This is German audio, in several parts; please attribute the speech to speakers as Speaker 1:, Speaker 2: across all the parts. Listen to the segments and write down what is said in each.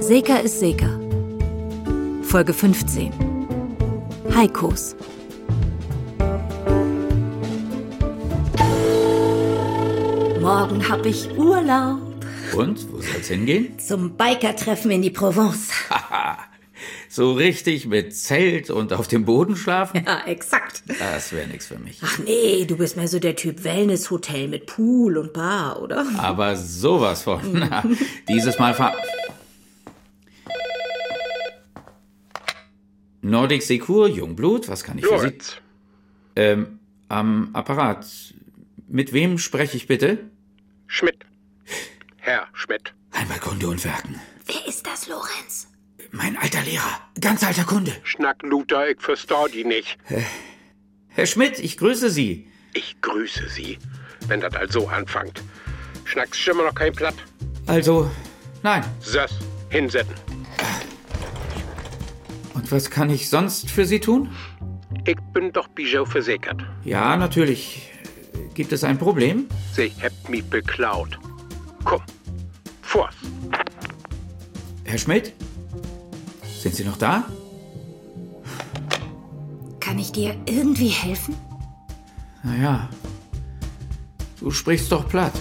Speaker 1: Seka ist Seka. Folge 15. Heikos. Morgen hab ich Urlaub
Speaker 2: Und, wo soll's hingehen?
Speaker 1: zum Bikertreffen in die Provence.
Speaker 2: So richtig mit Zelt und auf dem Boden schlafen?
Speaker 1: Ja, Ah, exakt.
Speaker 2: Das wäre nichts für mich.
Speaker 1: Ach nee, du bist mehr so der Typ Wellnesshotel mit Pool und Bar, oder?
Speaker 2: Aber sowas von. Na, Dieses Mal fahr... Nordic Secur, Jungblut, was kann ich für Sie?
Speaker 3: Lorenz,
Speaker 2: Ähm, am Apparat. Mit wem spreche ich bitte?
Speaker 3: Schmidt. Herr Schmidt.
Speaker 2: Einmal Kunde und Werken.
Speaker 1: Wer ist das, Lorenz?
Speaker 2: Mein alter Lehrer, ganz alter Kunde.
Speaker 3: Schnack Luther, ich versteh die nicht.
Speaker 2: Herr Schmidt, ich grüße Sie.
Speaker 3: Ich grüße Sie, wenn das also so anfängt. Schnacks schon mal noch kein Platt.
Speaker 2: Also, nein.
Speaker 3: Sass, hinsetzen.
Speaker 2: Und was kann ich sonst für Sie tun?
Speaker 3: Ich bin doch bijou versickert.
Speaker 2: Ja, natürlich. Gibt es ein Problem?
Speaker 3: Sie hebt mich beklaut. Komm, fort.
Speaker 2: Herr Schmidt? Sind Sie noch da?
Speaker 1: Kann ich dir irgendwie helfen?
Speaker 2: Naja. Du sprichst doch platt.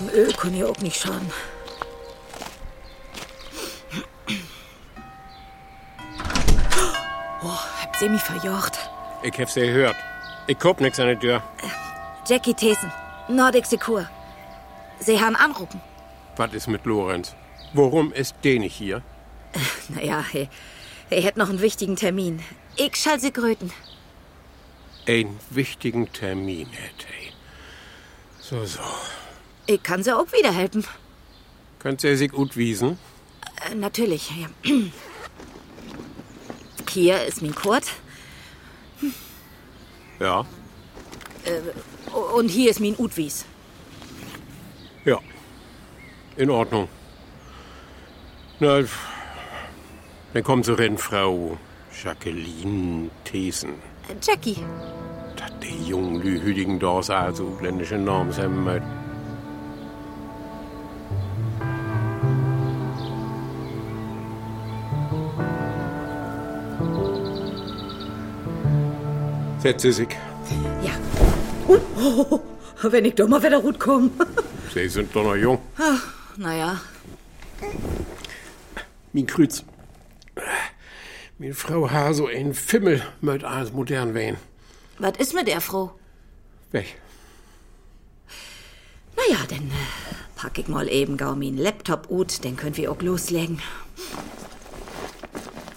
Speaker 1: Im Öl kann ja auch nicht schaden. Oh, hab semi verjocht.
Speaker 3: Ich hab's gehört. Ich kopp nix an der Tür.
Speaker 1: Jackie Thesen, Nordic Secure. Sie haben anrufen.
Speaker 3: Was ist mit Lorenz? Warum ist der nicht hier?
Speaker 1: Naja, hey, er hätte noch einen wichtigen Termin. Ich schall sie gröten.
Speaker 3: Einen wichtigen Termin hätte er. So, so.
Speaker 1: Ich kann sie auch wieder helfen.
Speaker 3: Könnt ihr sich gut wiesen?
Speaker 1: Äh, natürlich, ja. Hier ist mein Kurt
Speaker 3: Ja.
Speaker 1: und hier ist mein Udwies.
Speaker 3: Ja. In Ordnung. Na, pf. dann kommen Sie rein, Frau Jacqueline Thesen.
Speaker 1: Äh, Jackie,
Speaker 3: Das die jungen Lü hüdigen Dors also utländische Norm äh. sein mit. Setze sich.
Speaker 1: ja. wenn ich doch mal wieder gut komme.
Speaker 3: Sie sind doch noch jung.
Speaker 1: naja,
Speaker 3: Mein Krüz. Meine Frau ha so ein Fimmel mit alles modern wehen.
Speaker 1: was ist mit der Frau?
Speaker 3: Weg.
Speaker 1: Naja, dann äh, pack ich mal eben Gaumin Laptop ut, dann können wir auch loslegen.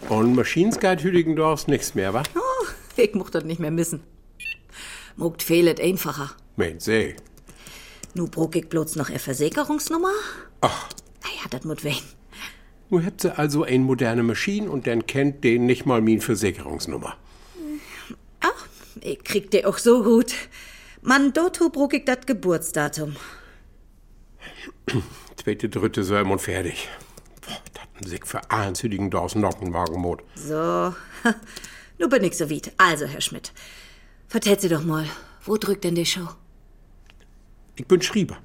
Speaker 3: Und Maschinenskeit Hüdigendorfs nix mehr, wa?
Speaker 1: Oh, ich mucht das nicht mehr missen. Muckt fehlet einfacher.
Speaker 3: Meint sie.
Speaker 1: Nu bruck ich bloß noch eine Versicherungsnummer. Ach. Naja, das mut wen.
Speaker 3: Nur habt sie also ein moderne Maschine und dann kennt den nicht mal min Versicherungsnummer.
Speaker 1: Ach, ich krieg die auch so gut. Mann, dotto bruck ich dat Geburtsdatum.
Speaker 3: Zweite, dritte Säum und fertig. Boah, das Sick für alles Hüdigendorfs Noppenwagenmod.
Speaker 1: So, nu bin ich so weit. Also, Herr Schmidt, vertellt Sie doch mal, wo drückt denn die Show?
Speaker 3: Ich bin Schrieber.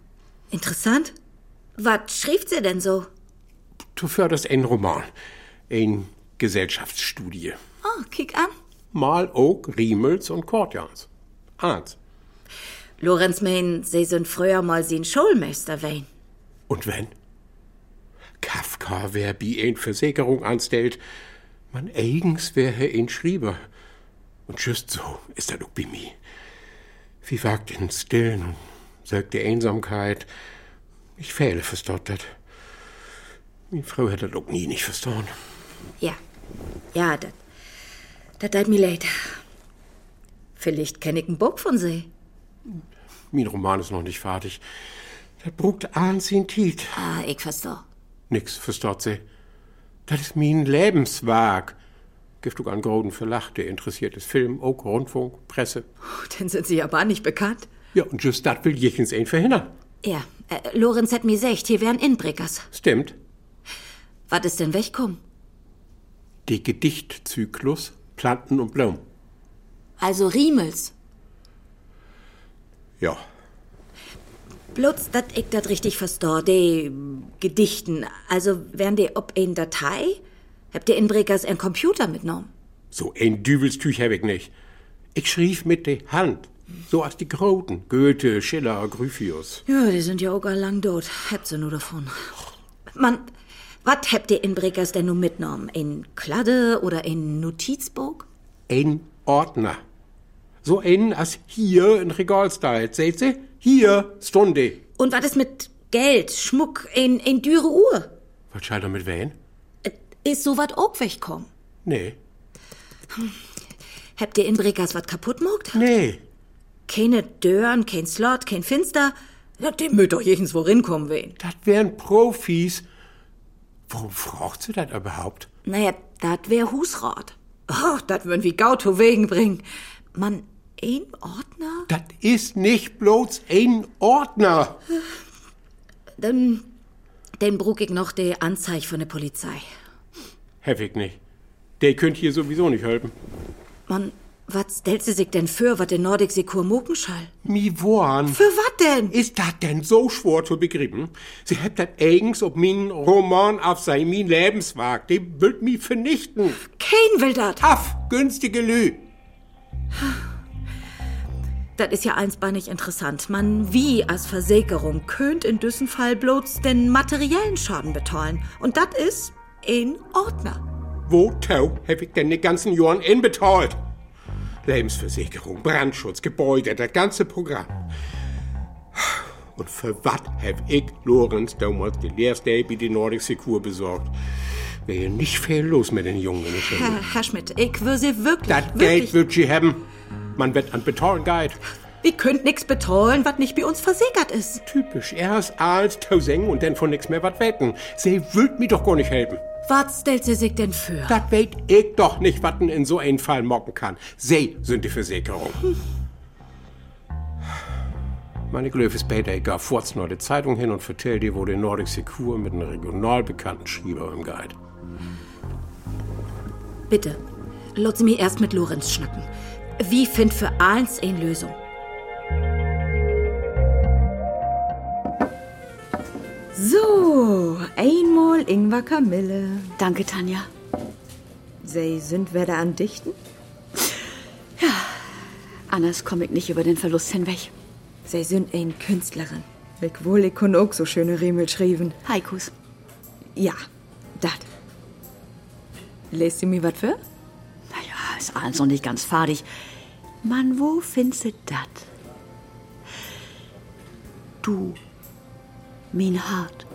Speaker 1: Interessant. Was schrieb sie denn so?
Speaker 3: Du förderst einen Roman. Ein Gesellschaftsstudie.
Speaker 1: Oh, kick an.
Speaker 3: Mal auch Riemels und Kortjans. Eins.
Speaker 1: Lorenz mein, sie sind früher mal sin Schulmeister wein.
Speaker 3: Und wenn? Kafka wär bi ein Versicherung anstellt, man eigens wär he ein Schrieber. Und just so ist er doch bi mi. Wie wagt den Stillen und sagt die Einsamkeit. Ich fehle verstottet. Meine Frau hätte doch nie nicht verstanden.
Speaker 1: Ja. Ja, dat. Dat tät mir leid. Vielleicht kenn ich einen Bock von sie.
Speaker 3: Mein Roman ist noch nicht fertig. Das brugt ansehen Tiet.
Speaker 1: Ah, ich versteh.
Speaker 3: Nix, verstört sie. Das ist mein Lebenswerk. Giftung an Groden verlacht, der interessiert ist Film, auch Rundfunk, Presse.
Speaker 1: Oh, Dann sind sie aber nicht bekannt.
Speaker 3: Ja, und just das will Jechens ein verhindern.
Speaker 1: Ja, äh, Lorenz hat mir secht, hier wären Inbrickers.
Speaker 3: Stimmt.
Speaker 1: Was ist denn wegkommen?
Speaker 3: Der Gedichtzyklus Planten und Blumen.
Speaker 4: Also Riemels.
Speaker 3: Ja.
Speaker 1: Bloß, dat ich dat richtig verstor, die mm, Gedichten. Also wären die ob ein Datei? Habt ihr Inbrekers einen Computer mitgenommen?
Speaker 3: So ein Düvelstüch hab ich nicht. Ich schrieb mit der Hand. So als die Groten. Goethe, Schiller, Gryphius.
Speaker 1: Ja, die sind ja auch all lang tot. Habt sie nur davon. Mann, wat habt ihr Inbrekers denn nun mitgenommen? Ein Kladde oder ein Notizbuch?
Speaker 3: Ein Ordner. So ein als hier in Regalstyle. Seht sie? Hier, Stunde.
Speaker 1: Und was ist mit Geld, Schmuck, ein, ein dürre Uhr?
Speaker 3: Was schallt er mit wen?
Speaker 4: Et Ist so wat auch wegkommen.
Speaker 3: Nee.
Speaker 1: Habt ihr Inbrekers wat kaputt gemacht?
Speaker 3: Nee.
Speaker 1: Keine Dörren, kein Slot, kein Finster. Ja, dem mögt doch jegenswo rinkommen wen.
Speaker 3: Das wären Profis. Warum fragt sie das überhaupt?
Speaker 1: Naja, dat wär Husrat. Oh, dat würden wir Gauto wegen bringen. Mann, ein Ordner?
Speaker 3: Das ist nicht bloß ein Ordner.
Speaker 1: Dann, dann brug ich noch de Anzeige von der Polizei.
Speaker 3: Heftig nicht. Der könnt hier sowieso nicht helfen.
Speaker 1: Mann, wat stellt sie sich denn für, wat den Nordic Sekur Mokenschall?
Speaker 3: Mi woan?
Speaker 1: Für wat denn?
Speaker 3: Ist das denn so schwer zu begreifen? Sie habt das eigens ob min Roman auf sein min Lebenswag. Die wird mi vernichten.
Speaker 1: Kein will dat.
Speaker 3: Aff, günstige Lü.
Speaker 1: Das ist ja einsbeinig interessant. Man wie als Versicherung könnt in düssen Fall bloß den materiellen Schaden beteuern. Und das ist in Ordner.
Speaker 3: Wo tau hab ich denn die ganzen Jahren in betreut? Lebensversicherung, Brandschutz, Gebäude, das ganze Programm. Und für was hab ich Lorenz damals die Lehrstelle bei der Nordic Secure besorgt? Wäre nicht viel los mit den Jungen. wenn ich so
Speaker 1: Herr, Herr Schmidt, ich würde Sie wirklich,
Speaker 3: Das Geld
Speaker 1: wirklich...
Speaker 3: wird sie haben. Man wird an Beton geit.
Speaker 1: Wir könnt nix beteuern, was nicht bei uns versichert ist.
Speaker 3: Typisch. Erst als Tauseng und dann von nix mehr wat wetten. Sie wird mir doch gar nicht helfen.
Speaker 1: Was stellt sie sich denn für?
Speaker 3: Das weet ich doch nicht, watten in so einen Fall mocken kann. Sie sind die Versicherung. Meine Glöf ist Peter, ich gab Forts neue Zeitung hin und vertell dir, wo der Nordic Secure mit einem regional bekannten Schieber im Guide.
Speaker 1: Bitte, lot sie mir erst mit Lorenz schnacken. Wie find für eins eine Lösung?
Speaker 5: So, einmal Ingwer Kamille.
Speaker 4: Danke, Tanja.
Speaker 5: Sie sind wieder an Dichten?
Speaker 4: Anders komme ich nicht über den Verlust hinweg.
Speaker 5: Sie sind ein Künstlerin. Ich wohl, ich kann auch so schöne Riemel schreiben.
Speaker 4: Haikus.
Speaker 5: Ja, dat. Lest sie mir wat für?
Speaker 4: Naja, ist alles noch nicht ganz fadig. Mann, wo findest du dat? Du, mein Hart,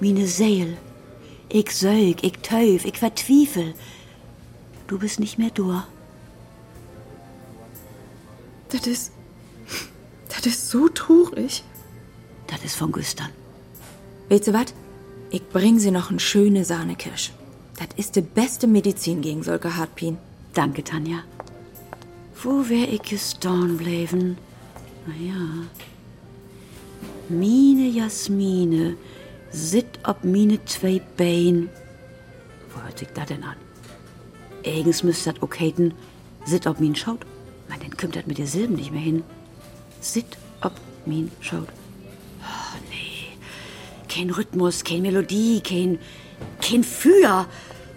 Speaker 4: meine Seel. Ich sög, ich teuf, ich vertwiefel. Du bist nicht mehr du.
Speaker 5: Das ist. Das ist so traurig.
Speaker 4: Das ist von gestern.
Speaker 5: Weißt du wat? Ich bring sie noch eine schöne Sahnekirsch. Das ist die beste Medizin gegen solche Hartpien.
Speaker 4: Danke, Tanja. Wo wär ich gestorn bleiben? Naja. Mine Jasmine, sit ob mine zwei Bein. Wo hört sich da denn an? Eigens müsst dat okaten, sit ob min schaut. Man, dann kümmt dat mit der Silben nicht mehr hin. Sit ob min schaut. Oh, nee. Kein Rhythmus, kein Melodie, kein, kein Für.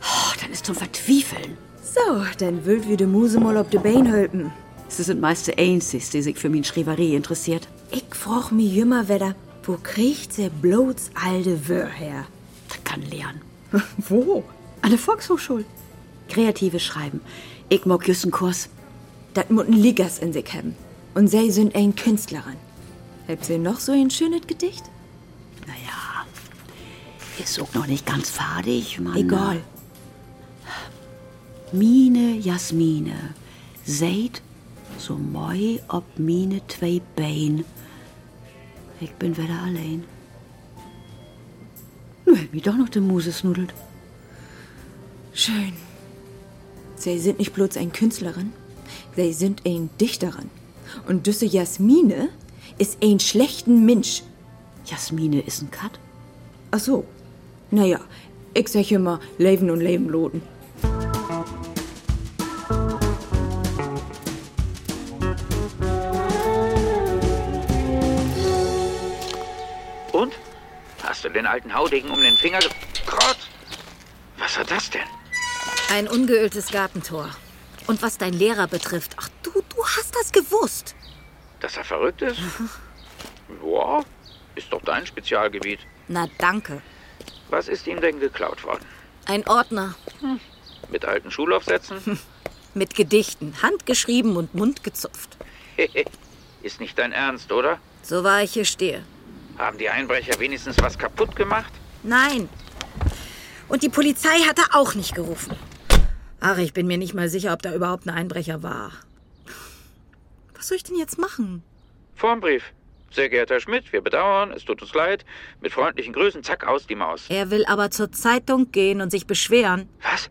Speaker 4: Oh, dann ist zum Vertwiefeln.
Speaker 5: So, dann wild wie de Muse mal ob de Bein hölpen.
Speaker 4: Sie sind meist die einziges, die sich für meine Schreiberei interessiert.
Speaker 5: Ich froch mi jümmer wieder, wo kriegt se bloß alde Wör her?
Speaker 4: Das kann lernen.
Speaker 5: Wo?
Speaker 4: An der Volkshochschule. Kreatives Schreiben. Ich mag just einen Kurs.
Speaker 5: Dat mutten Ligas in sich haben. Und sie sind ein Künstlerin. Habt sie noch so ein schönes Gedicht?
Speaker 4: Naja, ist auch noch nicht ganz fadig, Mann.
Speaker 5: Egal.
Speaker 4: Mine Jasmine, seht so moi ob mine zwei Bein. Ich bin wieder allein. Nun hätt mich doch noch die Muse snudelt.
Speaker 5: Schön. Sie sind nicht bloß ein Künstlerin, sie sind ein Dichterin. Und düsse Jasmine ist ein schlechten Mensch.
Speaker 4: Jasmine ist ein Cut.
Speaker 5: Ach so. Naja, ich sag immer, leben und leben loten.
Speaker 6: den alten Haudegen um den Finger ge... Gott! Was war das denn?
Speaker 1: Ein ungeöltes Gartentor. Und was dein Lehrer betrifft, ach du, du hast das gewusst.
Speaker 6: Dass er verrückt ist? Boah, ist doch dein Spezialgebiet.
Speaker 1: Na danke.
Speaker 6: Was ist ihm denn geklaut worden?
Speaker 1: Ein Ordner
Speaker 6: Mit alten Schulaufsätzen?
Speaker 1: mit Gedichten, handgeschrieben und mundgezupft.
Speaker 6: ist nicht dein Ernst, oder?
Speaker 1: So war ich hier stehe.
Speaker 6: Haben die Einbrecher wenigstens was kaputt gemacht?
Speaker 1: Nein. Und die Polizei hatte auch nicht gerufen. Ach, ich bin mir nicht mal sicher, ob da überhaupt ein Einbrecher war. Was soll ich denn jetzt machen?
Speaker 6: Formbrief. Sehr geehrter Herr Schmidt, wir bedauern, es tut uns leid. Mit freundlichen Grüßen, zack, aus die Maus.
Speaker 1: Er will aber zur Zeitung gehen und sich beschweren.
Speaker 6: Was?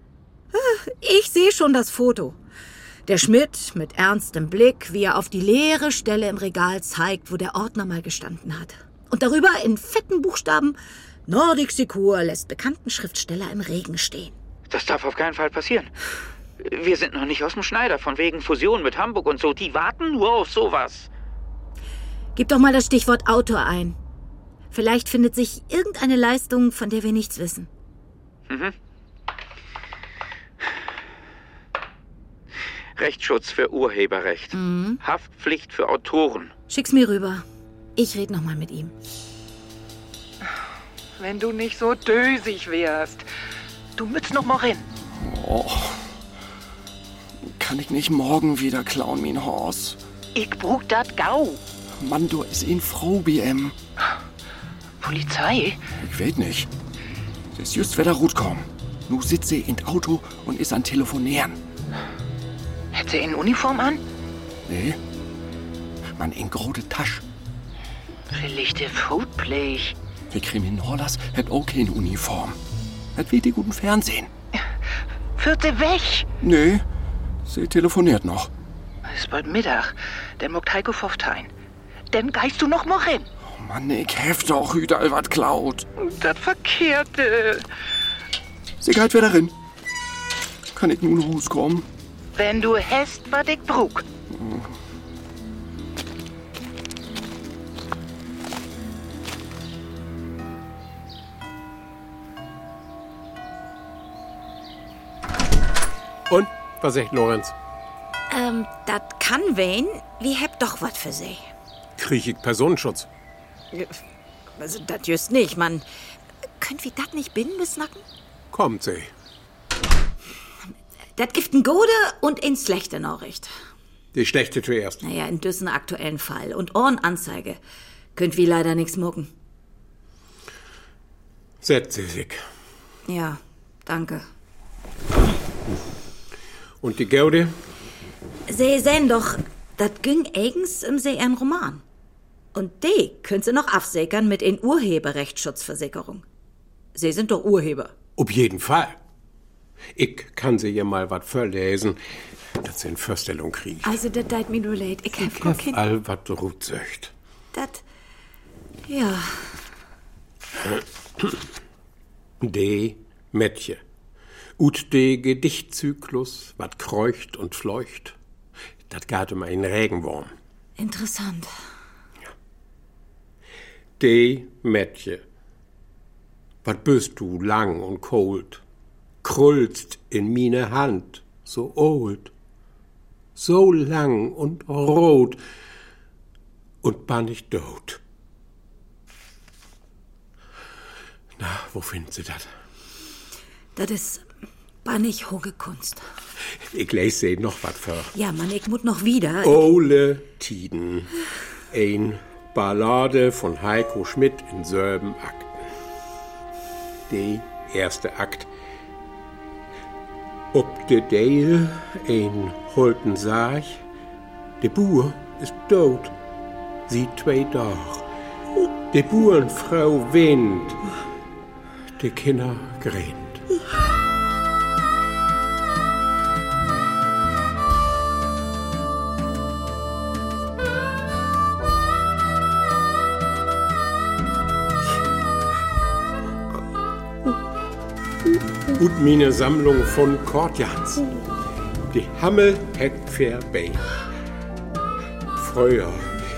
Speaker 1: Ich sehe schon das Foto. Der Schmidt mit ernstem Blick, wie er auf die leere Stelle im Regal zeigt, wo der Ordner mal gestanden hat. Und darüber in fetten Buchstaben Nordic Secur lässt bekannten Schriftsteller im Regen stehen.
Speaker 6: Das darf auf keinen Fall passieren. Wir sind noch nicht aus dem Schneider, von wegen Fusion mit Hamburg und so. Die warten nur auf sowas.
Speaker 1: Gib doch mal das Stichwort Autor ein. Vielleicht findet sich irgendeine Leistung, von der wir nichts wissen.
Speaker 6: Rechtsschutz für Urheberrecht. Haftpflicht für Autoren.
Speaker 1: Schick's mir rüber. Ich red noch mal mit ihm.
Speaker 7: Wenn du nicht so dösig wärst. Du mützt noch mal rein.
Speaker 8: Kann ich nicht morgen wieder klauen, mein Horst?
Speaker 7: Ich brug dat Gau.
Speaker 8: Mann, du ist ihn froh, BM.
Speaker 7: Polizei?
Speaker 8: Ich weet nicht. Das ist just, wer da rot kommt. Nu sitzt sie in Auto und ist an Telefonieren.
Speaker 7: Hätt sie in Uniform an?
Speaker 8: Nee? Ne? Mann, in grote Tasch.
Speaker 7: Verlichte Foodplay.
Speaker 8: Der Kriminalers hat auch keine Uniform. Hat wie die guten Fernsehen.
Speaker 7: Führt sie weg!
Speaker 8: Nee, Ne? sie telefoniert noch.
Speaker 7: Ist bald Mittag. Dann muckt Heiko Foft ein. Dann geist du noch mal rein.
Speaker 8: Oh Mann, ich heft doch überall was klaut.
Speaker 7: Das Verkehrte.
Speaker 8: Sie geht wieder drin. Kann ich nun rauskommen?
Speaker 7: Wenn du hast, was ich brug.
Speaker 3: Und? Was sagt Lorenz?
Speaker 1: Ähm, das kann wen. Wir heb doch wat für sie.
Speaker 3: Krieg ich Personenschutz?
Speaker 1: Also, das just nicht, Mann. Könnt wir das nicht binden besnacken?
Speaker 3: Kommt sie.
Speaker 1: Das gibt ein Gode und ein schlechte Nachricht.
Speaker 3: Die schlechte zuerst.
Speaker 1: Naja, in Düssen aktuellen Fall und Ohrenanzeige. Könnt wir leider nichts mucken.
Speaker 3: Setzt sie sich.
Speaker 1: Ja, danke.
Speaker 3: Und die Gaude?
Speaker 1: Sie sehen doch, das ging eigens im See ein Roman. Und die können sie noch absägern mit in Urheberrechtsschutzversicherung. Sie sind doch Urheber.
Speaker 3: Ob jeden Fall. Ich kann sie ihr mal was verlesen, dass sie in Vorstellung kriegt.
Speaker 1: Also, das deit mir nur leid. Ich hab kein
Speaker 3: Auf
Speaker 1: Kind.
Speaker 3: all was ruht söcht.
Speaker 1: Das. Ja.
Speaker 3: De Mädchen. Ut de Gedichtzyklus, wat kreucht und fleucht. Dat gart um einen Regenwurm.
Speaker 1: Interessant.
Speaker 3: De Mädchen. Wat bist du lang und kold? Krullst in mine Hand, so old. So lang und rot. Und bin ich tot. Na, wo finden sie das?
Speaker 1: Das ist bannig hoge Kunst.
Speaker 3: Ich lese sie noch wat vor.
Speaker 1: Ja, Mann, ich mut noch wieder.
Speaker 3: Oh. Ole Tiden. Ein Ballade von Heiko Schmidt in selben Akten. Die erste Akt. Ob de Dale in Holten sah ich, de Buhr ist tot. Sie zwei doch. De Burenfrau Wind. De Kinder gränt. und meine Sammlung von Kordjans. Die Hammel hat Bein. Früher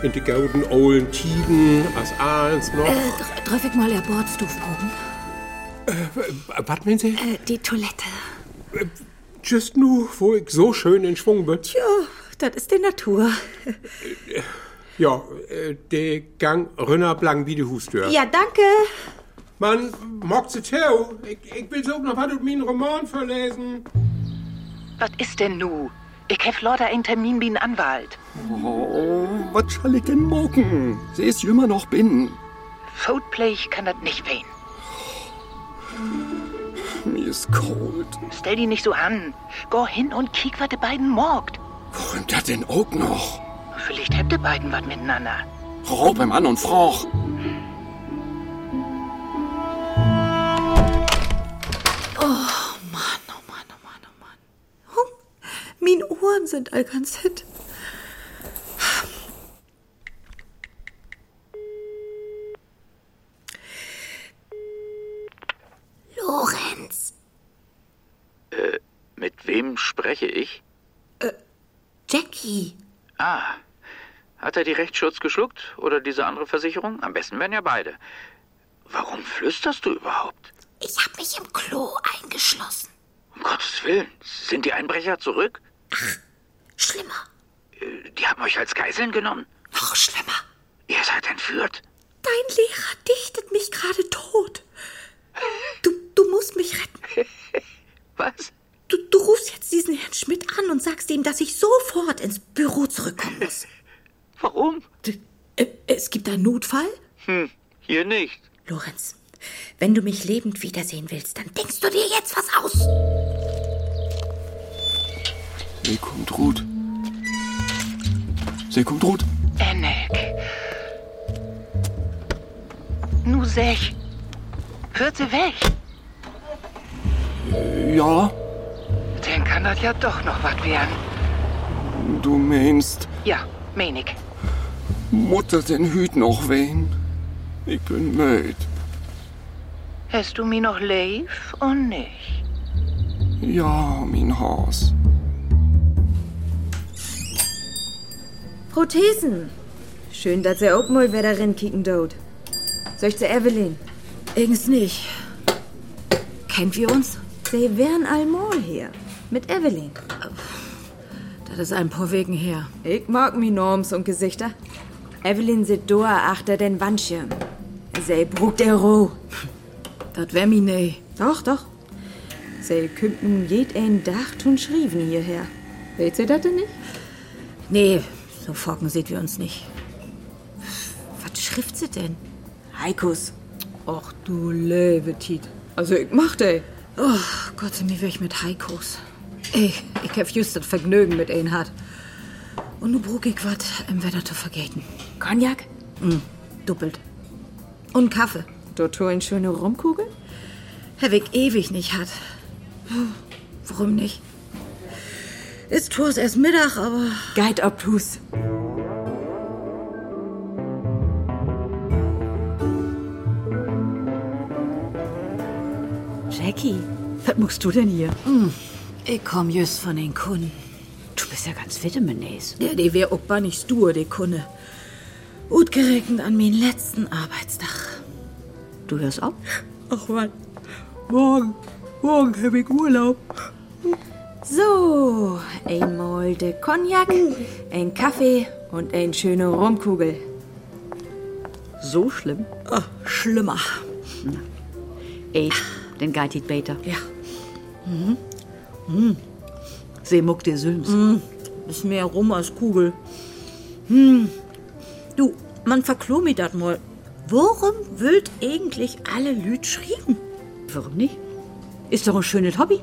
Speaker 3: in die gouden olden Tiden, als eins noch.
Speaker 5: Äh,
Speaker 1: Dr- Darf ich mal der Bordstuf proben?
Speaker 3: Was meinen Sie?
Speaker 1: Äh, die Toilette.
Speaker 3: Just nu, wo ich so schön in Schwung bin.
Speaker 1: Tja, das ist die Natur.
Speaker 3: Ja, äh, der Gang Rönner Blang wie die Hustür.
Speaker 1: Ja, danke.
Speaker 3: Man mag sie tau. Ich, ich will so noch was mit meinen Roman verlesen.
Speaker 7: Was ist denn nu? Ich hef leider einen Termin wie ein Anwalt.
Speaker 8: Oh, was soll ich denn morgen? Sie ist immer noch binnen.
Speaker 7: Foodplay kann das nicht wehen.
Speaker 8: Mir ist kalt.
Speaker 7: Stell die nicht so an. Go hin und kiek, was die beiden morgt.
Speaker 8: Worin das denn auch noch?
Speaker 7: Vielleicht habt die beiden was miteinander.
Speaker 8: Oh, beim Mann und Frau.
Speaker 1: Mann, oh Mann, oh Mann, oh Mann. Huh, mein Ohren sind all ganz hit. Lorenz,
Speaker 6: Mit wem spreche ich?
Speaker 1: Jackie.
Speaker 6: Ah, hat er die Rechtsschutz geschluckt oder diese andere Versicherung? Am besten wären ja beide. Warum flüsterst du überhaupt?
Speaker 1: Ich hab mich im Klo eingeschlossen.
Speaker 6: Um Gottes Willen, sind die Einbrecher zurück?
Speaker 1: Schlimmer,
Speaker 6: Äh, Die haben euch als Geiseln genommen.
Speaker 1: noch schlimmer.
Speaker 6: Ihr seid entführt.
Speaker 1: Dein Lehrer dichtet mich gerade tot. Du, du musst mich retten.
Speaker 6: Was?
Speaker 1: Du, du rufst jetzt diesen Herrn Schmidt an und sagst ihm, dass ich sofort ins Büro zurückkommen muss.
Speaker 6: Warum?
Speaker 1: D- äh, Es gibt einen Notfall?
Speaker 6: Hm, hier nicht.
Speaker 1: Lorenz, wenn du mich lebend wiedersehen willst, dann denkst du dir jetzt was aus.
Speaker 8: Sie kommt Ruth. Sie kommt Ruth.
Speaker 7: Ennek. Nu sech. Hört sie weg.
Speaker 8: Ja,
Speaker 7: Dann kann das ja doch noch was werden.
Speaker 8: du meinst,
Speaker 7: Ja, menig.
Speaker 8: Mutter den Hüt noch wehen. Ich bin müde.
Speaker 7: Hast du mir noch lief und nicht?
Speaker 8: Ja, mein Haus.
Speaker 1: Prothesen.
Speaker 5: Schön, dass er auch mal wer darin kicken dort. Soll ich zu Evelyn?
Speaker 1: Irgends nicht. Kennt wir uns?
Speaker 5: Sie wären allmal hier. Mit Evelyn.
Speaker 1: Das ist ein paar Wegen her.
Speaker 5: Ich mag mi Norms und Gesichter. Evelyn sitzt da achter den Wandschirm. Sie brugt der Ruhe.
Speaker 1: Das wär mi nee.
Speaker 5: Doch, doch. Sie könnten jeden Tag tun schrieben hierher. Seht sie das denn nicht?
Speaker 1: Nee, so Focken seht wir uns nicht. Was schrift sie denn?
Speaker 5: Heikus.
Speaker 1: Ach du Levetit.
Speaker 5: Also ich mach de.
Speaker 1: Oh, Gott, mir wär ich mit Heikos. Ey, ich hab just das Vergnügen mit ihnen hat. Und nu brug ich wat im Wetter zu vergelten. Hm,
Speaker 5: Cognac?
Speaker 1: Doppelt. Und Kaffee.
Speaker 5: Dort holen schöne Rumkugel?
Speaker 1: Herr Weg ewig nicht hat. Puh, Warum nicht? Ist Tours erst Mittag, aber
Speaker 5: Guide obtus.
Speaker 4: Jackie, was machst du denn hier?
Speaker 1: Hm, ich komm just von den Kunden.
Speaker 4: Du bist ja ganz fit im Menes.
Speaker 1: Der, die wär auch bar nicht stur, die Kunde. Gut geregnet an meinen letzten Arbeitstag.
Speaker 4: Du hörst auf?
Speaker 1: Ach was. Morgen, morgen hab ich Urlaub. Oh,
Speaker 5: So, einmal de Cognac,
Speaker 1: Uh.
Speaker 5: ein Kaffee und ein schöne Rumkugel.
Speaker 4: So schlimm?
Speaker 1: Ah, schlimmer.
Speaker 4: Ey, den Guide Beta.
Speaker 1: Ja, Mhm.
Speaker 4: Sie muckt dir Sülms.
Speaker 1: ist mehr rum als Kugel. Hm. Du, man verklo mi dat mal. Worum wüllt eigentlich alle Lüd schrieben?
Speaker 4: Warum nicht? Ist doch ein schönes Hobby.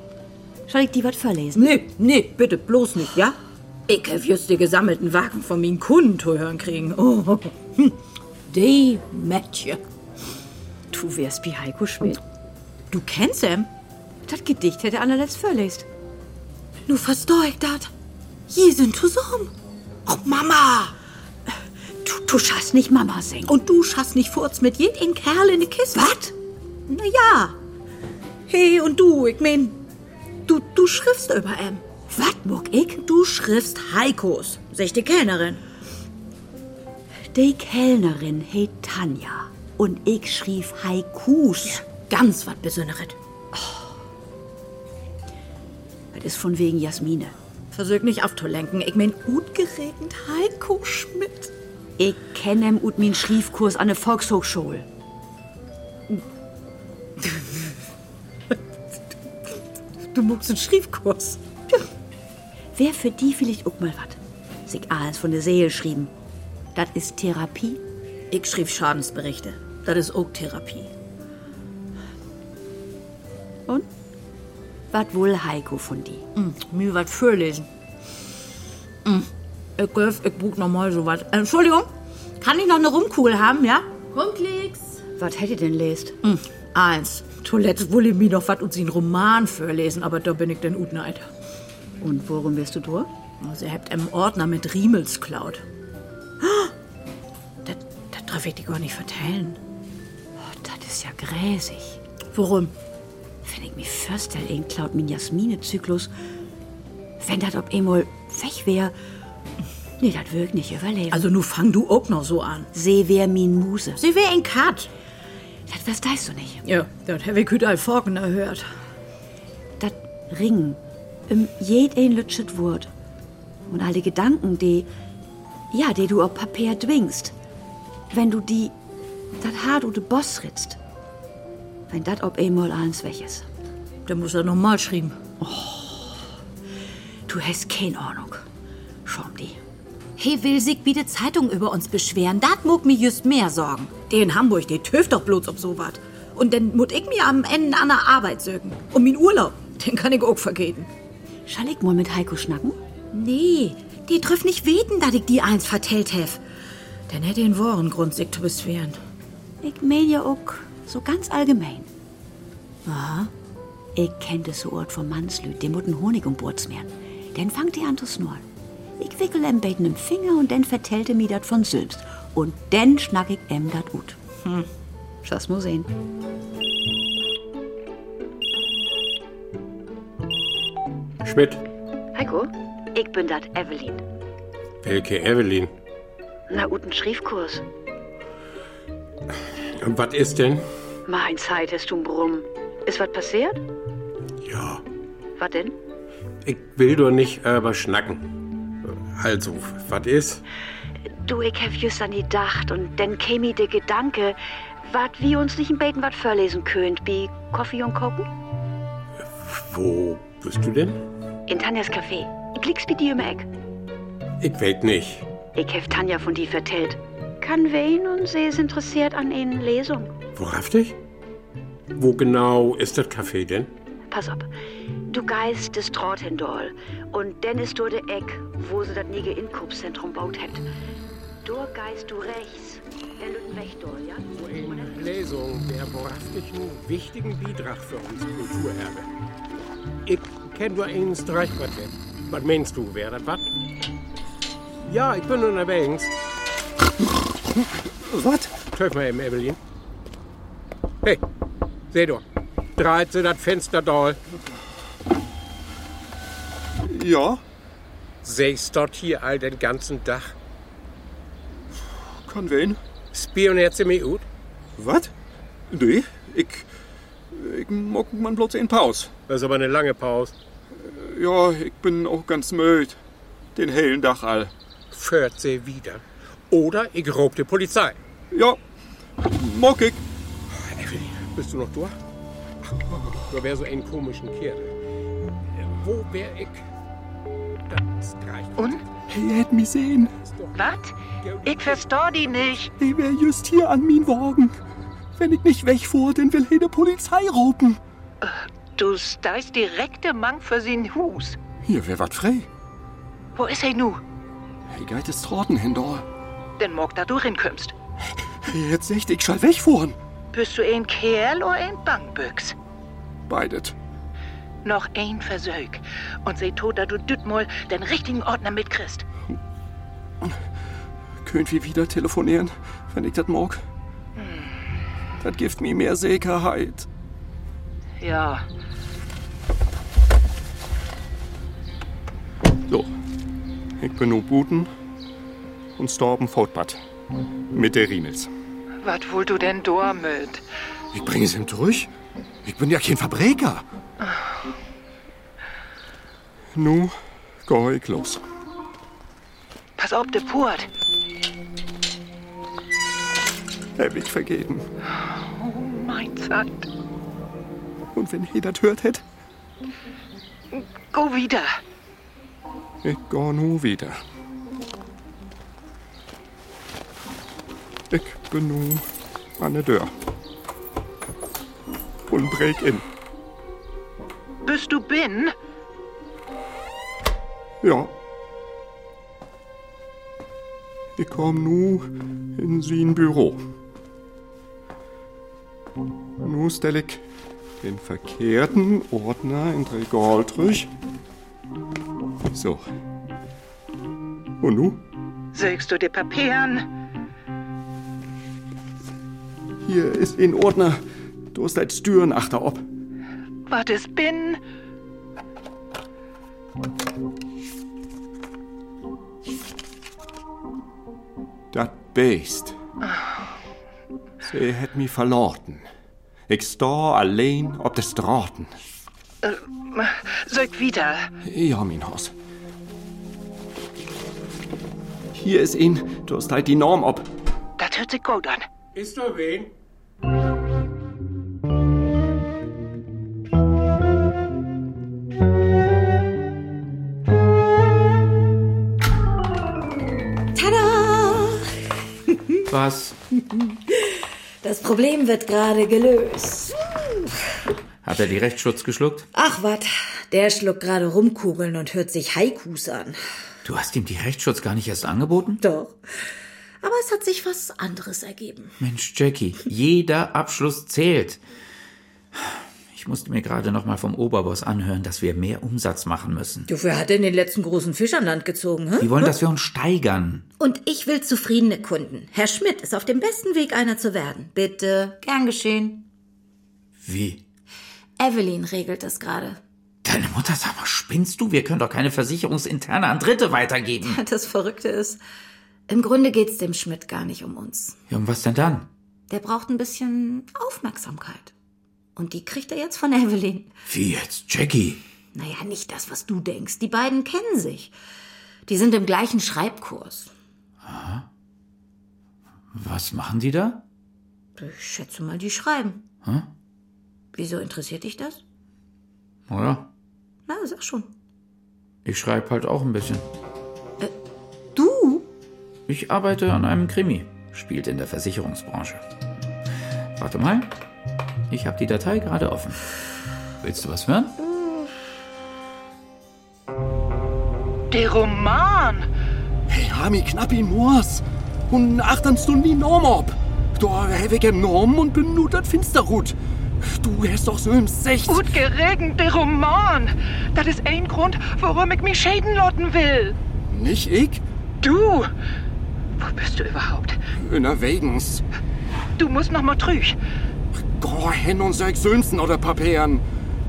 Speaker 4: Soll ich dir was verlesen?
Speaker 1: Nee, nee, bitte, bloß nicht, ja? Ich hab just die gesammelten Wagen von meinen Kunden zu hören kriegen. Oh, hm. die Mädchen.
Speaker 4: Du wärst wie Heiko Schmidt.
Speaker 1: Du kennst Sam?
Speaker 4: Das Gedicht hätte Anna letzt verlesen.
Speaker 1: Nu versteh ich dat. Je sind zusammen. Oh, Mama!
Speaker 4: Du, du schaffst nicht Mama singen.
Speaker 1: Und du schaffst nicht furz mit jedem Kerl in die Kiste. Was? Na ja. Hey, und du, ich mein, du, du schriftst über M.
Speaker 4: Was muck ich?
Speaker 1: Du schriftst Heikos, sich die Kellnerin.
Speaker 4: Die Kellnerin heet Tanja und ich schrieb Haikus.
Speaker 1: Ganz was Besonderes.
Speaker 4: Das ist von wegen Jasmine.
Speaker 1: Versuch nicht aufzulenken. Ich mein, gut geregend Heiko Schmidt.
Speaker 4: Ich kenne im Udmin Schriefkurs an der Volkshochschule.
Speaker 1: Du muckst einen Schriefkurs.
Speaker 4: Wer für die vielleicht auch mal was? Sich alles von der Seele schrieben. Das ist Therapie.
Speaker 1: Ich schrieb Schadensberichte. Das ist auch Therapie.
Speaker 4: Und? Was wohl Heiko von die?
Speaker 1: Mir was vorlesen. Hm. Ich glaub, ich buch nochmal sowas. Äh, Entschuldigung, kann ich noch eine Rumkugel haben, ja? Rumklicks.
Speaker 4: Was hätte denn lest?
Speaker 1: Hm, eins. Toilette wolle mir noch was und sie einen Roman vorlesen, aber da bin ich denn utneid.
Speaker 4: Und worum wirst du durch?
Speaker 1: Sie Also, habt einen Ordner mit Riemels klaut. Das, das darf ich dir gar nicht vertellen.
Speaker 4: Oh, das ist ja gräsig.
Speaker 1: Worum?
Speaker 4: Wenn ich mich förstel, in klaut min Jasmine-Zyklus. Wenn das ob emol weg wär. Nee, das würd nicht überleben.
Speaker 1: Also, nu fang du auch noch so an.
Speaker 4: See wär min Muse.
Speaker 1: Sie wär ein Kat.
Speaker 4: Das verstehst du nicht.
Speaker 1: Ja, das hab ich heute all Forken erhört.
Speaker 4: Das Ringen. Im jed ein lütschet Wort. Und all die Gedanken, die. Ja, die du auf Papier dwingst. Wenn du die. Dat hart de Boss ritzt. Wenn dat ob einmal eins weg ist.
Speaker 1: Da muss er nochmal schreiben.
Speaker 4: Du hast keine Ahnung. Schau die.
Speaker 9: Hey, will sich bitte Zeitung über uns beschweren. Dat mug mir just mehr Sorgen.
Speaker 1: Die in Hamburg, die töft doch bloß ob so wat. Und dann mut ich mir am Ende an der Arbeit sögen. Um min Urlaub, den kann ich auch vergeten.
Speaker 4: Schall ich mal mit Heiko schnacken?
Speaker 9: Nee, die trifft nicht weten, dat ich die eins vertellt hef.
Speaker 1: Dann hätte ich einen wahren Grund, sich zu beschweren.
Speaker 4: Ich mein ja auch so ganz allgemein. Aha. Ich kenn das so Ort vom Mannslüt, dem mutten Honig um Bord smehren. Dann fangt ihr an zu schnurren. Ich wickel em beten im Finger und dann vertellte mir dat von selbst. Und dann schnack ich em dat ut. Hm, das muss sehen.
Speaker 3: Schmidt,
Speaker 4: Heiko, ich bin dat Evelyn.
Speaker 3: welke Evelyn.
Speaker 4: Na, uten Schriefkurs.
Speaker 3: Und was ist denn?
Speaker 4: Mein Zeit hast du Brumm. Ist was passiert?
Speaker 3: Ja,
Speaker 4: Was denn?
Speaker 3: ich will doch nicht über schnacken. Also, was ist?
Speaker 4: Du, ich hab just an die Dacht und dann käm mir der Gedanke, wat wir uns nicht im Beten wat vorlesen könnt, wie Kaffee und Koken?
Speaker 3: Wo bist du denn?
Speaker 4: In Tanjas Café. Ich lieg's bei dir im Eck.
Speaker 3: Ich weiß nicht.
Speaker 4: Ich hab Tanja von dir vertellt. Kann wen und sie ist interessiert an ihnen Lesung.
Speaker 3: Worauf dich? Wo genau ist das Café denn?
Speaker 4: Pass auf. Du geist des Trottendol und dann ist du de Eck, wo sie das Nige Inkubszentrum baut hätt. Dort geist du rechts, der Lüttenwechdol, ja?
Speaker 3: In Lesung der wahrhaftigen wichtigen Beitrag für uns Kulturerbe. Ich kenne nur ein Streichquartett. Was meinst du, wäre das was? Ja, ich bin unterwegs.
Speaker 8: Was?
Speaker 3: Töff mal eben, Evelyn. Hey, seh du. Dreizehn das Fenster doll.
Speaker 8: Ja,
Speaker 3: Sehst dort hier all den ganzen Tag.
Speaker 8: kann wen?
Speaker 3: Spioniert sie mich gut?
Speaker 8: Was? Nee, ich. Ich mag man bloß in Pause.
Speaker 3: Das ist aber eine lange Pause.
Speaker 8: Ja, ich bin auch ganz müd. Den hellen Dach all.
Speaker 3: Fährt sie wieder. Oder ich rob die Polizei.
Speaker 8: Ja, mag ich.
Speaker 3: Evelyn, bist du noch da? Da wäre so einen komischen Kerl. Äh, Wo wär ich? Das reicht.
Speaker 7: Und?
Speaker 8: Hey, hätt mich sehen.
Speaker 7: Was? Ich versteh die nicht.
Speaker 8: Ich wär just hier an min Wagen. Wenn ich nicht wegfuhr, dann will he de Polizei ropen.
Speaker 7: Du steist direkte Mang für sin Hus.
Speaker 8: Hier wär wat frei.
Speaker 7: Wo ist er nu?
Speaker 8: Hey, geit es Trotten hindor.
Speaker 7: Denn morg da du rinkömmst.
Speaker 8: Hey, jetzt secht ich schall wegfuhren.
Speaker 7: Bist du ein Kerl oder ein Bangbüchs?
Speaker 8: Beidet.
Speaker 7: Noch ein Versög. Und seh tot, da du Dütmol den richtigen Ordner mitkriegst.
Speaker 8: Könnt wir wieder telefonieren, wenn ich dat mag. Dat gibt mir mehr Sicherheit.
Speaker 7: Ja.
Speaker 8: So, ich bin nu buten und storben Fortbad. Mit der Riemels.
Speaker 7: Wat wollt du denn da mit?
Speaker 8: Ich bringe es ihm durch. Ich bin ja kein Verbreker. Nu, geh ich los.
Speaker 7: Pass auf, de Purt.
Speaker 8: Hab ich vergeben.
Speaker 7: Mein Sand.
Speaker 8: Und wenn jeder das hört hätt,
Speaker 7: Go wieder.
Speaker 8: ich geh nu wieder. Ich bin nu an der Tür. Und break in.
Speaker 7: Bist du bin?
Speaker 8: Ja. Ich komm nu in sein Büro. Nu stell ich den verkehrten Ordner in Regal durch. So. Und nu?
Speaker 7: Sögst du de Papieren?
Speaker 8: Hier ist ein Ordner. Du hast als Türen achter ob.
Speaker 7: Wat is bin?
Speaker 8: Dat Beest. Sie hätt mi verlorten. Ich steh allein ob des Straten.
Speaker 7: Sög wieder.
Speaker 8: Ja, mein Haus. Hier ist ihn. Du hast halt die Norm ob.
Speaker 7: Dat hört sich gut an.
Speaker 3: Ist da wen?
Speaker 10: Tada!
Speaker 2: Was?
Speaker 10: Das Problem wird gerade gelöst.
Speaker 2: Hat er die Rechtsschutz geschluckt?
Speaker 10: Ach wat, der schluckt gerade Rumkugeln und hört sich Haikus an.
Speaker 2: Du hast ihm die Rechtsschutz gar nicht erst angeboten?
Speaker 10: Doch. Aber es hat sich was anderes ergeben.
Speaker 2: Mensch, Jackie, jeder Abschluss zählt. Ich musste mir gerade noch mal vom Oberboss anhören, dass wir mehr Umsatz machen müssen.
Speaker 10: Du, wer hat denn den letzten großen Fisch an Land gezogen, hm? hä?
Speaker 2: Die wollen, dass wir uns steigern.
Speaker 1: Und ich will zufriedene Kunden. Herr Schmidt ist auf dem besten Weg, einer zu werden. Bitte.
Speaker 9: Gern geschehen.
Speaker 2: Wie?
Speaker 1: Evelyn regelt das gerade.
Speaker 2: Deine Mutter, sag mal, spinnst du? Wir können doch keine Versicherungsinterne an Dritte weitergeben.
Speaker 1: Das Verrückte ist, im Grunde geht's dem Schmidt gar nicht um uns.
Speaker 2: Ja, und was denn dann?
Speaker 1: Der braucht ein bisschen Aufmerksamkeit. Und die kriegt er jetzt von Evelyn.
Speaker 2: Wie jetzt, Jackie?
Speaker 1: Naja, nicht das, was du denkst. Die beiden kennen sich. Die sind im gleichen Schreibkurs.
Speaker 2: Was machen die da?
Speaker 1: Ich schätze mal, die schreiben.
Speaker 2: Hä?
Speaker 1: Wieso interessiert dich das?
Speaker 2: Naja,
Speaker 1: Na, sag schon.
Speaker 2: ich schreibe halt auch ein bisschen.
Speaker 1: Du?
Speaker 2: Ich arbeite an einem Krimi, spielt in der Versicherungsbranche. Warte mal, ich habe die Datei gerade offen. Willst du was hören?
Speaker 7: Der Roman.
Speaker 8: Hey, Hami, knapp ihn Moors. Und achtern du die Norm ob. Da hab ich im Norm und bin nur das Finsterhut. Du hast doch so im Secht.
Speaker 7: Gut geregend, der Roman. Das ist ein Grund, warum ich mich schäden lotten will.
Speaker 8: Nicht ich?
Speaker 7: Du. Wo bist du überhaupt?
Speaker 8: Öner Wegens.
Speaker 7: Du musst noch mal trüch.
Speaker 8: Geh hin und sag Söhnsen oder Papieren.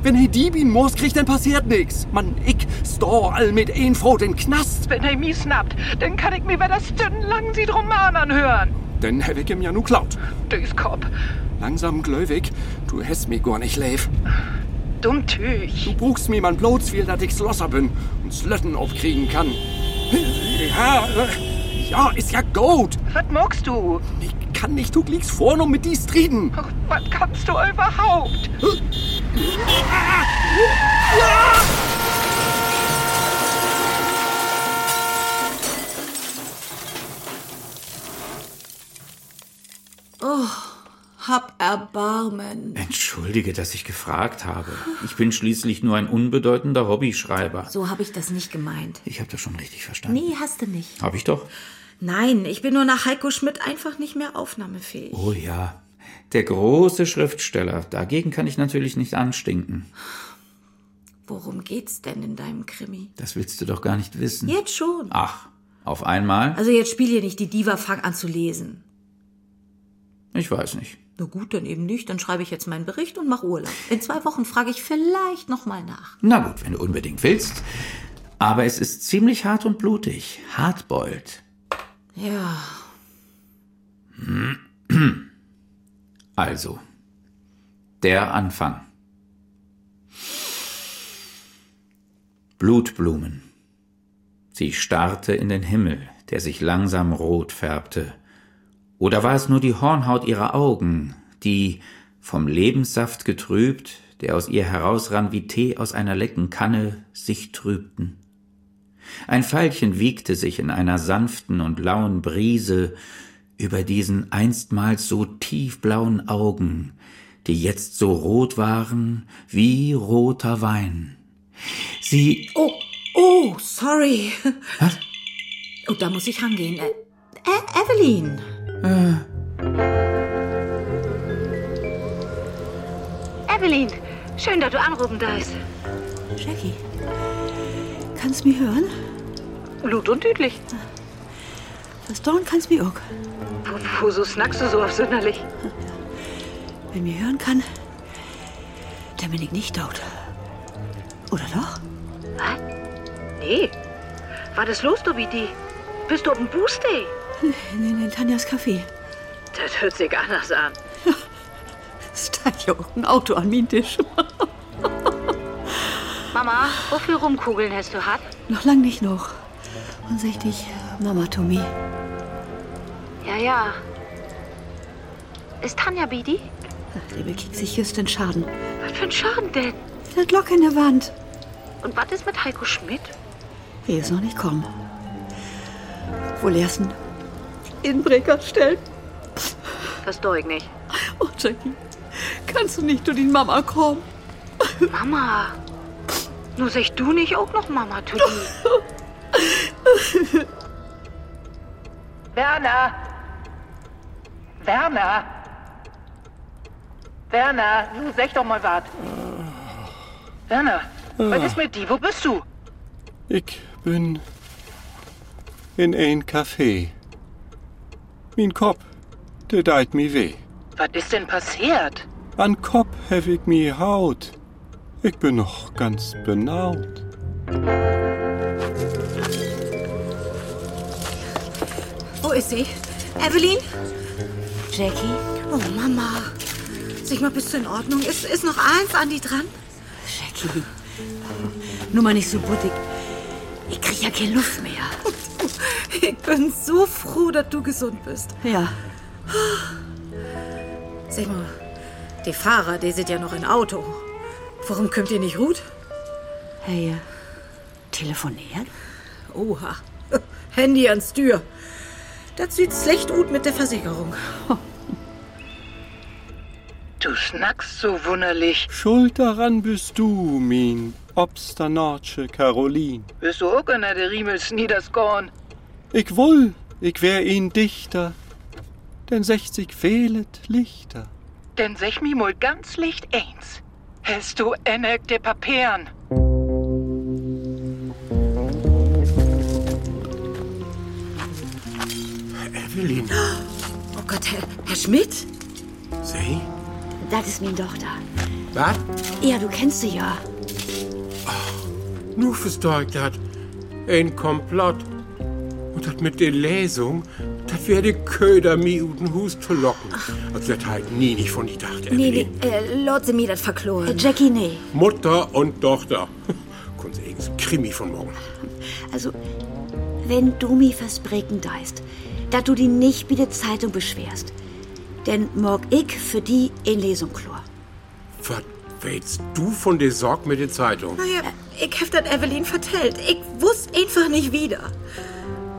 Speaker 8: Wenn he Diebin Moors kriegt, dann passiert nix. Mann, ich stau all mit ein Foot in Knast.
Speaker 7: Wenn er mich schnappt, dann kann ich mir wieder stundenlang sie Roman anhören.
Speaker 8: Denn hab ich ihm ja nu klaut.
Speaker 7: Durchs Kopf.
Speaker 8: Langsam gläubig, du hast mi gar nicht leif.
Speaker 7: Dumm Tüch.
Speaker 8: Du buchst mir man bloß viel, dass ich's losser bin und Slötten aufkriegen kann. Ja, äh, ja, ist ja gut.
Speaker 7: Was magst du?
Speaker 8: Ich kann nicht, du liegst vorn und mit die striden.
Speaker 7: Ach, was kannst du überhaupt?
Speaker 10: Hab Erbarmen.
Speaker 2: Entschuldige, dass ich gefragt habe. Ich bin schließlich nur ein unbedeutender Hobbyschreiber.
Speaker 1: So habe ich das nicht gemeint.
Speaker 2: Ich habe das schon richtig verstanden.
Speaker 1: Nee, hast du nicht.
Speaker 2: Hab ich doch?
Speaker 1: Nein, ich bin nur nach Heiko Schmidt einfach nicht mehr aufnahmefähig.
Speaker 2: Oh ja. Der große Schriftsteller. Dagegen kann ich natürlich nicht anstinken.
Speaker 1: Worum geht's denn in deinem Krimi?
Speaker 2: Das willst du doch gar nicht wissen.
Speaker 1: Jetzt schon.
Speaker 2: Ach, auf einmal?
Speaker 1: Also jetzt spiel hier nicht die Diva, fang an zu lesen.
Speaker 2: Ich weiß nicht.
Speaker 1: Na gut, dann eben nicht. Dann schreibe ich jetzt meinen Bericht und mach Urlaub. In zwei Wochen frage ich vielleicht nochmal nach.
Speaker 2: Na gut, wenn du unbedingt willst. Aber es ist ziemlich hart und blutig. Hartbeult.
Speaker 1: Ja,
Speaker 2: Also, der Anfang. Blutblumen. Sie starrte in den Himmel, der sich langsam rot färbte. Oder war es nur die Hornhaut ihrer Augen, die, vom Lebenssaft getrübt, der aus ihr herausrann wie Tee aus einer lecken Kanne, sich trübten? Ein Veilchen wiegte sich in einer sanften und lauen Brise über diesen einstmals so tiefblauen Augen, die jetzt so rot waren wie roter Wein. Sie.
Speaker 1: Oh, oh, sorry.
Speaker 2: Was?
Speaker 1: Oh, da muss ich rangehen. Ä Ä Evelyn.
Speaker 10: Evelyn, schön, dass du anrufen darfst.
Speaker 4: Jackie, kannst du mich hören?
Speaker 10: Blut und tütlich.
Speaker 4: Verstauen kannst du mich auch.
Speaker 10: Wieso snackst du so aufsonderlich?
Speaker 4: Wenn mir hören kann, dann bin ich nicht tot. Oder doch?
Speaker 10: Nee. Was ist los, Dobiti? Bist du auf dem Boostay?
Speaker 4: In, in, in Tanjas Café.
Speaker 10: Das hört sich anders an.
Speaker 4: Steigt ja auch ein Auto an meinen Tisch.
Speaker 10: Mama, wofür rumkugeln hast du hat?
Speaker 4: Noch lang nicht noch. Und sag dich, Mama Tommy.
Speaker 10: Ja, ja. Ist Tanja Bidi?
Speaker 4: Liebe kriegt sich just den Schaden.
Speaker 10: Was für ein Schaden denn?
Speaker 4: Eine Glocke in der Wand.
Speaker 10: Und was ist mit Heiko Schmidt?
Speaker 4: Er ist noch nicht kommen. Wo Lersen? In Breker stellen.
Speaker 10: Verstehe ich nicht.
Speaker 4: Oh, Jackie, kannst du nicht zu den Mama kommen?
Speaker 10: Mama. Nur sag du nicht auch noch Mama Tutti.
Speaker 1: Oh,
Speaker 7: Werner! Werner! Werner, nun sag doch mal was. Werner, was ist mit dir? Wo bist du?
Speaker 8: Ich bin in ein Café. Mein Kopf, der deit mi weh.
Speaker 7: Was ist denn passiert?
Speaker 8: An Kopf hab ich mi Haut. Ich bin noch ganz benaut.
Speaker 1: Wo ist sie? Evelyn?
Speaker 4: Jackie,
Speaker 1: Oh, Mama. Sag mal, bist du in Ordnung? Ist, ist noch eins an die dran?
Speaker 4: Jackie. Nur mal nicht so buttig. Ich krieg ja keine Luft mehr.
Speaker 1: Ich bin so froh, dass du gesund bist.
Speaker 4: Ja,
Speaker 1: Sag mal, die Fahrer, die sind ja noch im Auto. Warum kommt ihr nicht gut?
Speaker 4: hey, äh, telefonieren?
Speaker 1: Oha. Handy ans Tür. Das sieht schlecht gut mit der Versicherung.
Speaker 7: Du schnackst so wunderlich.
Speaker 8: Schuld daran bist du, mein obstanatsche Caroline.
Speaker 7: Bist du auch einer der Riemels Niederskorn?
Speaker 8: Ich wohl, ich wär ein Dichter, denn 60 fehlet Lichter.
Speaker 7: Denn sech mi mol ganz licht eins. Hast du enek de Papieren?
Speaker 3: Evelyn,
Speaker 1: Oh Gott, Herr, Herr Schmidt?
Speaker 3: sei.
Speaker 4: Das ist meine Tochter.
Speaker 3: Was?
Speaker 4: Ja, du kennst sie ja.
Speaker 3: Nur versteigt hat. Ein Komplott. Und das mit der Lesung, das werde Köder mi uten Hus zu locken. Also das halt nie nicht von die Dacht, Evelyn.
Speaker 10: Nee, nee, äh, lot sie mir das verkloren.
Speaker 4: Äh, Jackie, nee.
Speaker 3: Mutter und Tochter. Kunst eigens Krimi von morgen.
Speaker 4: Also, wenn du mir versprechen deist, dass du die nicht mit der Zeitung beschwerst, denn morg ich für die in Lesung chlor.
Speaker 3: Was willst du von der Sorg mit der Zeitung?
Speaker 1: Naja, Äh, ich hab das Evelyn vertellt. Ich wusste einfach nicht wieder.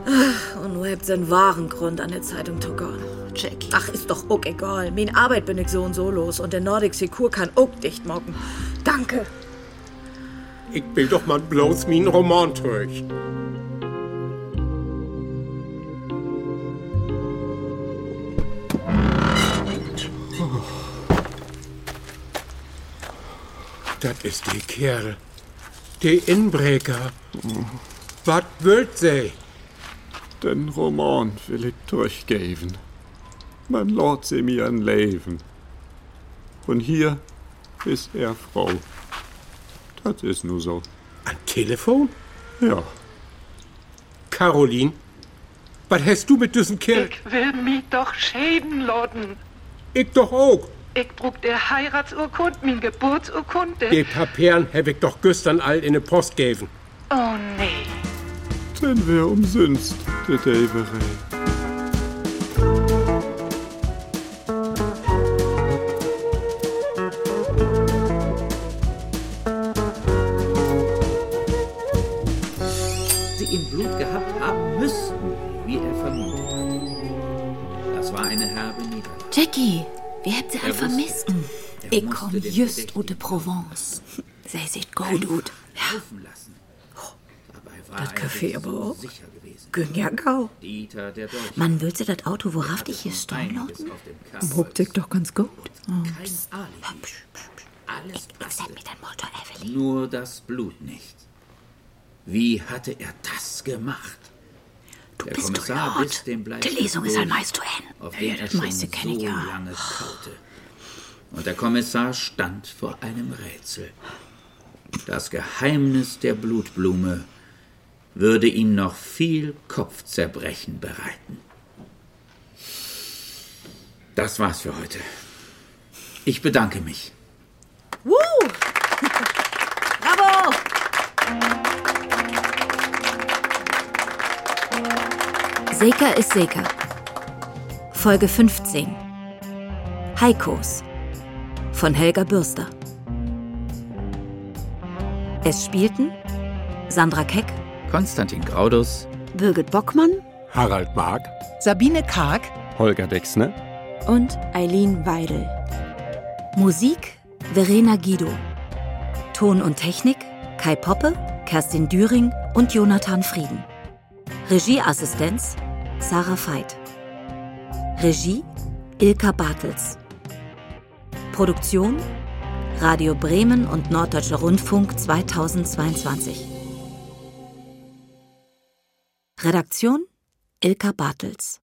Speaker 1: Ah, Und nur habt seinen wahren Grund an der Zeitung zu gehen.
Speaker 4: Jackie.
Speaker 1: Ach, ist doch auch egal. Mein Arbeit bin ich so und so los und der Nordic Secure kann auch dicht mocken. Danke.
Speaker 3: Ich will doch mal bloß min Roman durch. Oh. Das ist der Kerl. Der Inbreker. Was wollt sie?
Speaker 8: Den Roman will ich durchgeben. Man lädt sie mir ein Leben. Und hier ist er Frau. Das ist nur so.
Speaker 3: An Telefon?
Speaker 8: Ja,
Speaker 3: Caroline, was hast du mit diesem Kerl?
Speaker 7: Ich will mi doch schäden, Lorden.
Speaker 3: Ich doch auch.
Speaker 7: Ich brug der Heiratsurkund, min Geburtsurkunde.
Speaker 3: Die Papieren habe ich doch gestern all in die Post gegeben.
Speaker 7: Oh nee.
Speaker 8: Denn wer umsünst, der Davere.
Speaker 2: sie im Blut gehabt haben müssten, wie er vermutet hatte. Das war eine herbe Niederlage.
Speaker 1: Jackie, wir habt sie
Speaker 2: Er
Speaker 1: all
Speaker 2: wusste.
Speaker 1: vermisst.
Speaker 2: Er
Speaker 1: Ich
Speaker 2: musste
Speaker 1: komm
Speaker 2: den
Speaker 1: just
Speaker 2: Verdächtigen
Speaker 1: aus der Provence. Sie sieht gut aus.
Speaker 2: rufen lassen. Dabei war
Speaker 11: Das
Speaker 2: er
Speaker 11: Café
Speaker 2: sich
Speaker 11: aber
Speaker 2: so
Speaker 11: auch.
Speaker 2: sicher gewesen.
Speaker 11: Gönn ja gau.
Speaker 2: Dieter, der Deutsche,
Speaker 1: Man will sie das Auto wahrhaftig hier steuern lassen?
Speaker 2: auf dem Kasten
Speaker 5: Hobt sich doch ganz gut.
Speaker 1: Ah.
Speaker 2: kein Alibi. Alles
Speaker 1: Ich
Speaker 2: passte,
Speaker 1: send mir den Motor, Evelyn.
Speaker 2: nur das Blut nicht. Wie hatte er das gemacht?
Speaker 1: Du
Speaker 2: Der
Speaker 1: bist
Speaker 2: Kommissar
Speaker 1: doch Lord.
Speaker 2: biss den Bleistift
Speaker 1: Die Lesung ist halt
Speaker 2: durch.
Speaker 1: meist zu Ende.
Speaker 2: auf
Speaker 1: Ja,
Speaker 2: den
Speaker 1: das
Speaker 2: er schon
Speaker 1: meiste
Speaker 2: so
Speaker 1: kenn ich ja.
Speaker 2: lange kaute. Und der Kommissar stand vor einem Rätsel. Das Geheimnis der Blutblume würde ihm noch viel Kopfzerbrechen bereiten. Das war's für heute. Ich bedanke mich.
Speaker 11: Woo! Bravo!
Speaker 1: Seker ist Seker. Folge 15. Heikos von Helga Bürster. Es spielten Sandra Keck,
Speaker 2: Konstantin Graudus,
Speaker 1: Birgit Bockmann
Speaker 3: Harald Mark,
Speaker 12: Sabine Karg,
Speaker 13: Holger Dexner,
Speaker 5: Und Eileen Weidel.
Speaker 1: Musik Verena Guido. Ton und Technik Kai Poppe, Kerstin Düring und Jonathan Frieden. Regieassistenz Sarah Veit. Regie Ilka Bartels. Produktion Radio Bremen und Norddeutscher Rundfunk 2022. Redaktion Ilka Bartels.